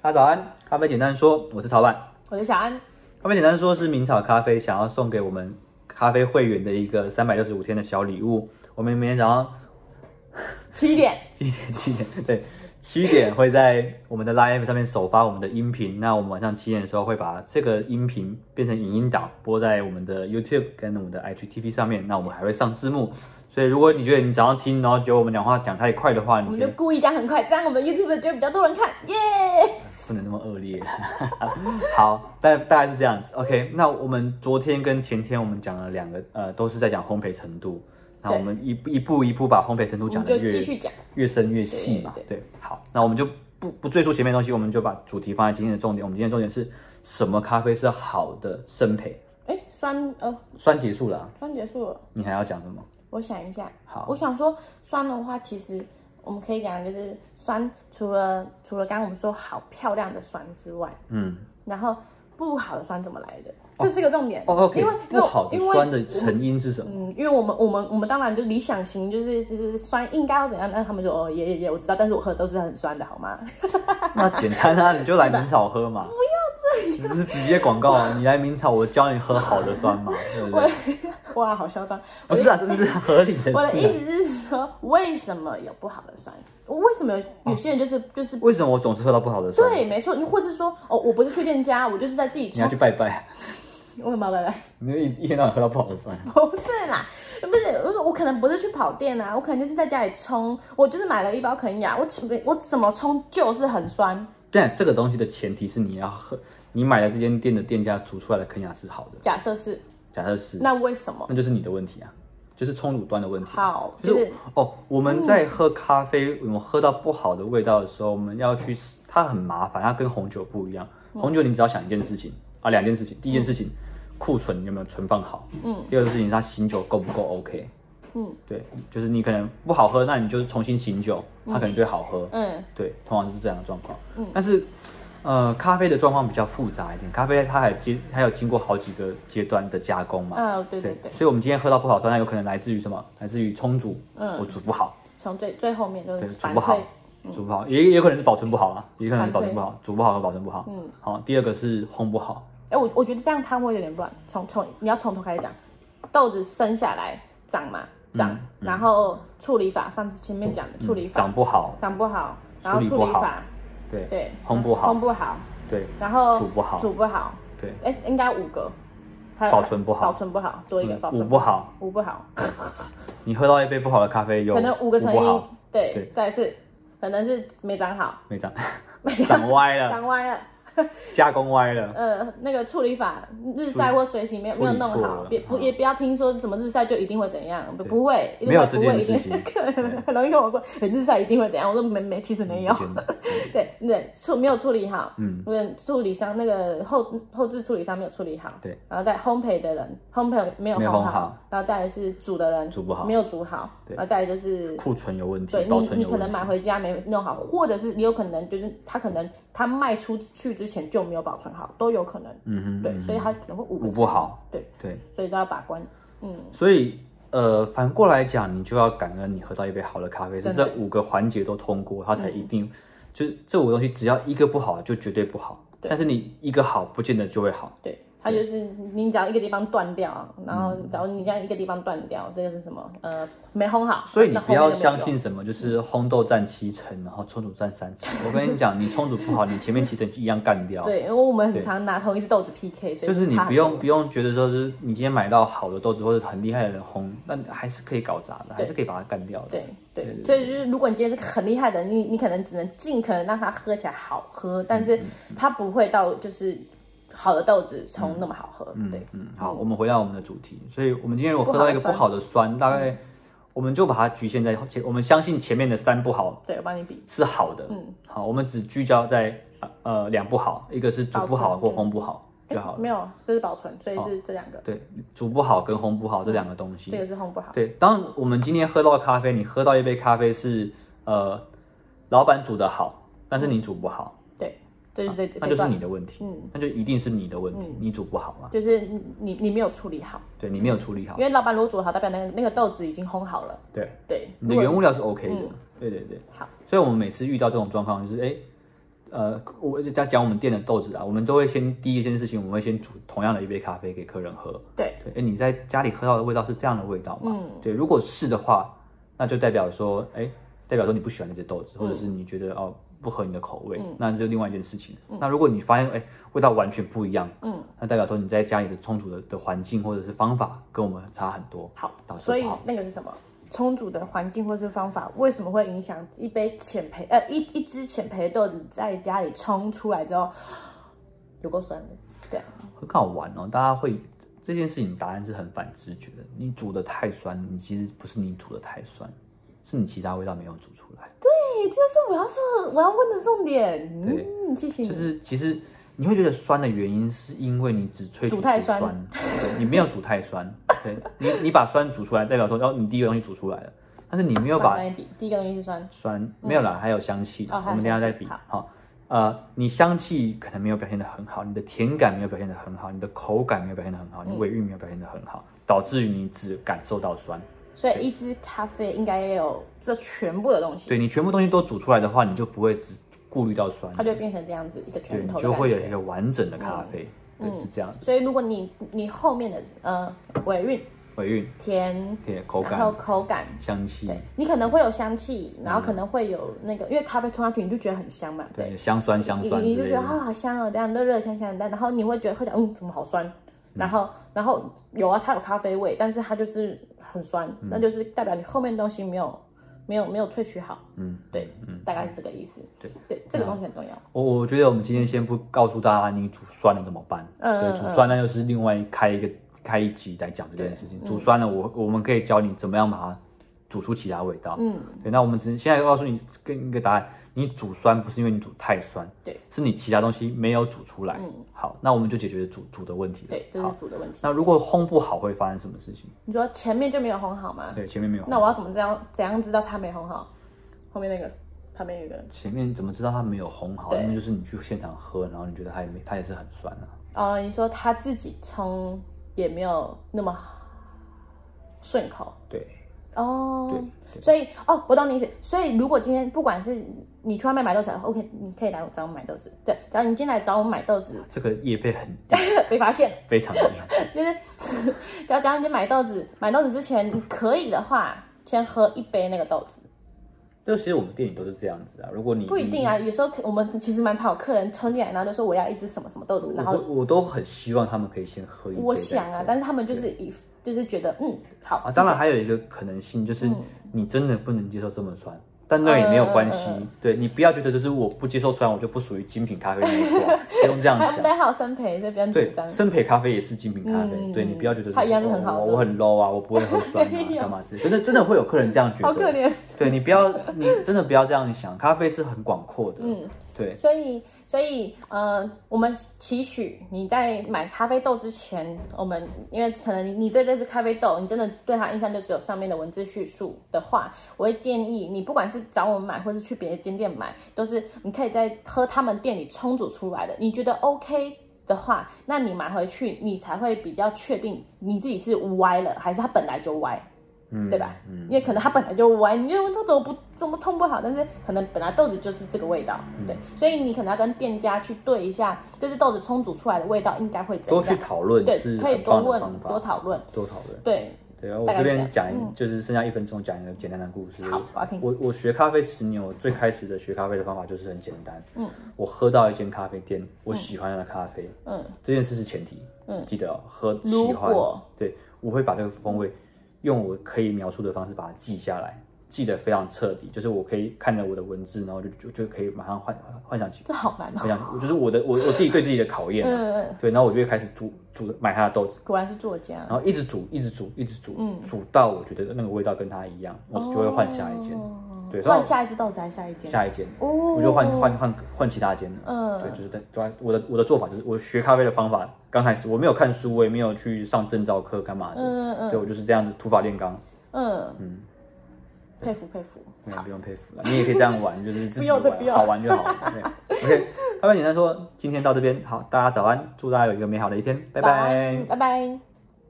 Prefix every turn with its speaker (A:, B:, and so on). A: 大家早安，咖啡简单说，我是曹板。
B: 我是小安，
A: 咖啡简单说是明草咖啡想要送给我们咖啡会员的一个三百六十五天的小礼物。我们明天早上
B: 七点，
A: 七点七点对七点会在我们的 Live 上面首发我们的音频。那我们晚上七点的时候会把这个音频变成影音档，播在我们的 YouTube 跟我们的 IGTV 上面。那我们还会上字幕，所以如果你觉得你早上听，然后觉得我们讲话讲太快的话，
B: 我
A: 你
B: 们
A: 可
B: 就
A: 以
B: 故意讲很快，这样我们 YouTube 就会比较多人看， 耶、
A: 不能那么恶劣。 好，大大概是这样子。OK，那我们昨天跟前天我们讲了两个，呃，都是在讲烘焙程度。那我们一步一步一步把烘焙程度
B: 我
A: 讲
B: 们
A: 的
B: 就
A: 越
B: 继续讲。
A: 越深越细嘛。
B: 对
A: 对，好，那我们就不不赘述前面的东西，我们就把主题放在今天的重点。我们今天的重点是什么咖啡是好的生培？
B: 哎、酸呃
A: 酸结束了啊、
B: 酸结束了，
A: 你还要讲什么？
B: 我想一下，
A: 好
B: 我想说酸的话，其实我们可以讲就是酸，除了除了刚刚我们说好漂亮的酸之外，
A: 嗯，
B: 然后不好的酸怎么来的，这是一个重点。
A: 哦，OK，
B: 因为因
A: 不
B: 为
A: 好的
B: 因为
A: 酸的成因是什么？
B: 嗯，因为我们我们我们当然就理想型就是就是酸应该要怎样，但是他们就哦也也也我知道，但是我喝的都是很酸的好吗？
A: 那简单啊，你就来明草喝嘛。不要这样，你是直接广告啊！你来明草，我教你喝好的酸嘛，对不对？
B: 哇，好嚣张！
A: 不是啊，这是合理的
B: 我的
A: 事、啊。
B: 意思是说，为什么有不好的酸？为什么
A: 哦
B: 有有些人就是、就是
A: 为什么我总是喝到不好的酸？
B: 对，没错，你或是说哦，我不是去店家，我就是在自己
A: 你
B: 冲
A: 要去。拜拜，
B: 为什么要拜 拜？
A: 你就一一天到晚喝到不好的酸。
B: 不是啦，不是，我我可能不是去跑店啊，我可能就是在家里冲，我就是买了一包肯雅，我怎么我怎么冲就是很酸。
A: 但这个东西的前提是你要喝，你买的这间店的店家煮出来的肯雅是好的，
B: 假设是，
A: 假设是，
B: 那为什么？
A: 那就是你的问题啊，就是冲乳端的问题。啊
B: 好，
A: 就
B: 就是是
A: 哦，我们在喝咖啡，我们喝到不好的味道的时候，我们要去，它很麻烦，它跟红酒不一样。
B: 嗯
A: 红酒你只要想一件事情啊，两件事情，第一件事情，库存有没有存放好，嗯，第二个事情，它醒酒够不够 OK，
B: 嗯，
A: 对，就是你可能不好喝，那你就是重新醒酒，它可能就会好喝，
B: 嗯，
A: 对，通常是这样的状况。嗯，但是呃，咖啡的状况比较复杂一点，咖啡它还经还有经过好几个阶段的加工嘛。
B: 呃，对对对，
A: 所以我们今天喝到不好的状态，有可能来自于什么？来自于冲煮，嗯，我煮不好，
B: 从最最后面就
A: 对
B: 是，
A: 煮
B: 反
A: 不好
B: 馈，
A: 煮不好，也也有可能是保存不好啊，也有可能是
B: 反馈
A: 保存不好，煮不好和保存不好。嗯，好，第二个是烘不好，嗯
B: 哎、我我觉得这样它会有点乱。从从你要从头开始讲，豆子生下来长嘛长，然后处理法，上次前面讲的处理法、
A: 嗯长不好，
B: 长不好，然后
A: 处理
B: 处
A: 不
B: 理
A: 好
B: 法
A: 对
B: 对
A: 烘不好
B: 烘不好，
A: 对
B: 然后
A: 煮不好
B: 煮不好，
A: 对，
B: 哎、应该五个，还有
A: 保存不好
B: 保存不好，多一个
A: 嗯
B: 保
A: 捂
B: 存
A: 不好，
B: 捂不好，
A: 你喝到一杯不好的咖啡，有
B: 可能五个成
A: 捂不
B: 因
A: 好，，对
B: 对，再一次，可能是没长好，
A: 没长，长歪了，
B: 长歪了。
A: 加工歪了，
B: 呃，那个处理法，日晒或水洗没有
A: 处
B: 没
A: 理
B: 有弄
A: 错
B: 好
A: 了，
B: 别不
A: 嗯
B: 也不要听说什么日晒就一定会怎样，不不会，
A: 没有
B: 日晒
A: 这
B: 不
A: 件
B: 会一定
A: 事情
B: 可能很容易跟我说，欸日晒一定会怎样，我说没没，
A: 嗯
B: 其实没有， 对对，处没有处理好，嗯，对，处理商那个后后置处理商没有处理好，
A: 对，
B: 然后再烘焙的人，烘焙没有
A: 没有
B: 烘
A: 烘好，
B: 然后再来是煮的人
A: 煮不好
B: 没有煮好，
A: 对
B: 然后再来就是
A: 库存有问题
B: 对，
A: 保存
B: 你你
A: 有
B: 可
A: 问
B: 能
A: 题
B: 买。回家没弄好，或者是你有可能就是他可能他卖出去之前就没有保存好，都有可能。
A: 嗯哼，
B: 对，
A: 嗯哼
B: 所以他可能会捂
A: 捂不好。
B: 对，
A: 对，
B: 所以都要把关。
A: 所以呃，反过来讲，你就要感恩你喝到一杯好的咖啡，是
B: 真的嗯
A: 这五个环节都通过，它才一定。就是这五个东西，只要一个不好，就绝对不好。
B: 对哦
A: 但是你一个好，不见得就会好。
B: 对，他就是你只要一个地方断掉，然后
A: 嗯
B: 假如你这样一个地方断掉，这个是什么？呃，没烘好。
A: 所以你
B: 那
A: 不
B: 后
A: 要
B: 面就没
A: 相
B: 有嗯
A: 信什么，就是烘豆占七成，然后冲煮占三 成。我跟你讲，你冲煮不好，你前面七成就一样干掉。
B: 对，因为我们
A: 对
B: 很常拿同一只豆子 PK，所以
A: 就是你
B: 差
A: 不
B: 很
A: 用
B: 多
A: 不用觉得说是你今天买到好的豆子或者很厉害的人烘，那还是可以搞砸的，还是可以把它干掉的。
B: 对对，所以就是如果你今天是个很厉害的人，你你可能只能尽可能让它喝起来好喝，但
A: 嗯
B: 是它不会到就是好的豆子冲那么好喝。对，
A: 嗯，好，我们回到我们的主题，所以我们今天如果喝到一个不
B: 不
A: 好
B: 好
A: 的酸，大概我们就把它局限在前，我们相信前面的三不好
B: 对我帮你比。
A: 是好的，嗯，好，我们只聚焦在呃两不好，一个是煮不好
B: 保存
A: 或烘不好
B: 诶
A: 就好了，
B: 没有，啊这是保存，所以是这两个，
A: 对，煮不好跟烘不好这两个东
B: 这
A: 西，
B: 个是烘不好。
A: 对，当我们今天喝到咖啡，你喝到一杯咖啡是呃老板煮的好，但是你煮不好，
B: 嗯对，这就是这，
A: 啊那就
B: 这
A: 是
B: 段
A: 你的问题，
B: 嗯，
A: 那就一定是你的问题，你煮不好嘛，
B: 就是你你你没有处理好，
A: 对你没
B: 嗯
A: 有处理好
B: 因，为老板如果煮好，代表那个那个豆子已经烘好了。
A: 对。
B: 对，
A: 你的
B: 如果嗯
A: 原物料是 OK 的，对对对。
B: 好，
A: 所以我们每次遇到这种状况，就是哎，呃，我讲讲我们店的豆子啊，我们都会先第一件事情，我们会先煮同样的一杯咖啡给客人喝。
B: 对，
A: 对，哎，你在家里喝到的味道是这样的味道吗？
B: 嗯
A: 对，如果是的话，那就代表说，哎，代表说你不喜欢那只豆子，或者
B: 嗯
A: 是你觉得哦不合你的口味，那这就另外一件事情。那如果你发现哎味道完全不一样，
B: 嗯，
A: 那代表说你在家里的冲煮的的环境或者是方法跟我们差很多。
B: 好
A: 导，致
B: 所以
A: 不好
B: 那个是什么？冲煮的环境或是方法，为什么会影响一杯浅培呃一一只浅培豆子在家里冲出来之后，有够酸的？对啊，
A: 很好玩哦，大家会这件事情答案是很反直觉的。你煮的太酸，你其实不是你煮的太酸，是你其他味道没有煮出来。
B: 哎，这就是我要说我要问的重点。嗯，谢谢你。
A: 就是其实你会觉得酸的原因，是因为你只萃取
B: 煮太
A: 出酸对，你没有煮太酸。对，你你把酸煮出来，代表说哦，你第一个东西煮出来了，但是你没有把
B: 来比第一个东西是酸，
A: 酸没有啦，还有香气，
B: 嗯哦还有
A: 我们等一下
B: 香气
A: 再比。
B: 好
A: 好、呃，你香气可能没有表现得很好，你的甜感没有表现得很好，你的口感没有表现得很
B: 嗯
A: 好，你的尾韵没有表现得很好，导致于你只感受到酸。
B: 所以一支咖啡应该也有这全部的东西，
A: 对你全部东西都煮出来的话，你就不会只顾虑到酸，
B: 它就变成这样子一个
A: 对
B: 拳
A: 你
B: 头的
A: 就
B: 感
A: 会有一
B: 觉。嗯
A: 个完整的咖啡。对，是这样。
B: 所以如果你你后面的呃尾韵
A: 尾韵、
B: 甜，
A: 甜、口
B: 然后
A: 感、
B: 口感
A: 香气，
B: 对你可能会有香气，然后可能会有那个，因为咖啡冲下去你就觉得很香嘛，对，
A: 对，香酸香
B: 你
A: 酸
B: 你
A: 之
B: 就
A: 类
B: 觉得啊
A: 的。
B: 好香哦，这样热热香香的，然后你会觉得喝起来嗯怎么好酸，然后然后有啊它有咖啡味，但是它就是很酸，
A: 嗯
B: 那就是代表你后面东西没有没有没有萃取好，
A: 嗯，
B: 对，大概是这个意思，
A: 对
B: 对，这个东西很重要，
A: 我我觉得我们今天先不告诉大家你煮酸了怎么办，
B: 嗯
A: 对，
B: 嗯
A: 煮酸那就是另外开一个开一集来讲这件事情。
B: 嗯
A: 煮酸了，我我们可以教你怎么样把它煮出其他味道。嗯，对，那我们只现在告诉你跟一个答案，你煮酸不是因为你煮太酸，
B: 对，嗯
A: 是你其他东西没有煮出来。好，那我们就解决煮煮的问题了。
B: 对，这是
A: 好，
B: 煮的问题。
A: 那如果烘不好会发生什么事情？
B: 你说前面就没有烘好吗？
A: 对，前面没有烘，
B: 嗯那我要怎么这样怎样知道它没烘好？后面那个旁边有一个人，
A: 前面怎么知道它没有烘好？
B: 对
A: 因为就是你去现场喝，然后你觉得它也没，它也是很酸啊。
B: 哦，你说他自己冲也没有那么顺口
A: 对，
B: 哦
A: 对，
B: 所以哦，我懂你意思。所以如果今天不管是你去外面买豆子，OK，你可以来我找我买豆子。对，只要你今天来找我买豆子
A: 这个叶配很
B: 被发现，
A: 非常厉害。
B: 就是只要只要你今天买豆子，买豆子之前你可以的话，先喝一杯那个豆子。
A: 就其实我们店里都是这样子啊。如果你
B: 不一定啊，有时候可我们其实蛮常有客人冲进来，然后就说我要一支什么什么豆子，
A: 我
B: 然后
A: 都我都很希望他们可以先喝一杯再走。
B: 我想啊，但是他们就是以就是觉得嗯好，
A: 啊，当然还有一个可能性就是
B: 嗯
A: 你真的不能接受这么酸，但那也没有关
B: 嗯
A: 系。对你不要觉得就是我不接受酸，我就不属于精品咖啡那一挂， 不用这样
B: 还有
A: 想。
B: 对，还有生培，所以不要紧
A: 啊 对，
B: 张。
A: 生培咖啡也是精品咖啡，对你不要觉得
B: 嗯它一样是很好
A: 哦
B: 的
A: 我很 low 啊，我不会喝 酸啊，干嘛是？真的真的会有客人这样觉得，
B: 好可怜。
A: 对你不要，你真的不要这样想，咖啡是很广阔的，嗯，对，
B: 所以，所以，呃，我们呃期许你在买咖啡豆之前，我们因为可能你你对这只咖啡豆，你真的对它印象就只有上面的文字叙述的话，我会建议你，不管是找我们买，或是去别的间店买，都是你可以在喝他们店里冲煮出来的，你觉得 OK 的话，那你买回去，你才会比较确定你自己是歪了，还是它本来就歪。
A: 嗯，
B: 对吧？因为可能它本来就歪，你就问它怎么不怎么冲不好，但是可能本来豆子就是这个味道，
A: 嗯
B: 对，所以你可能要跟店家去对一下，这只豆子冲煮出来的味道应该会怎
A: 多
B: 样？
A: 去讨论
B: 对
A: 是，
B: 可以
A: 很
B: 多
A: 棒的
B: 问
A: 方法，
B: 多讨论，
A: 多讨论。
B: 对，
A: 对，啊然后我
B: 大概
A: 这
B: 是
A: 边
B: 这
A: 讲
B: 样嗯
A: 一，就是剩下一分钟，讲一个简单的故事。
B: 好嗯我要听
A: 我我学咖啡十年，我最开始的学咖啡的方法就是很简单。嗯，我喝到一间咖啡店，我喜欢它的咖啡，
B: 嗯，
A: 这件事是前提。嗯，记得哦喝
B: 如
A: 喜欢
B: 果，
A: 对，我会把这个风味用我可以描述的方式把它记下来，记得非常彻底，就是我可以看着我的文字，然后就就就可以马上幻幻想起，
B: 这好难哦，
A: 幻想就是我的我我自己对自己的考验。啊
B: 嗯，
A: 对，然后我就会开始煮煮买它的豆子。
B: 果然是作家
A: 然，后一直煮，一直煮，一直煮，
B: 嗯
A: 煮到我觉得那个味道跟它一样，我就会换下一间，
B: 哦
A: 对然
B: 换
A: 后
B: 下一只豆子还是下一间？
A: 下一间，
B: 哦
A: 我就换换换换其他间了。
B: 嗯
A: 对，就是在抓我的我的做法就是我学咖啡的方法，刚开始我没有看书，我也没有去上证照课干嘛的，
B: 嗯嗯
A: 对我就是这样子土法炼钢，
B: 嗯嗯，佩服佩服，
A: 没有不用佩服了，你也可以这样玩，就是自己
B: 不要
A: 玩
B: 不要
A: 好玩就好了。对 OK，咖啡简单说，今天到这边，好，大家早安，祝大家有一个美好的一天，拜
B: 早
A: 拜
B: 安。拜拜。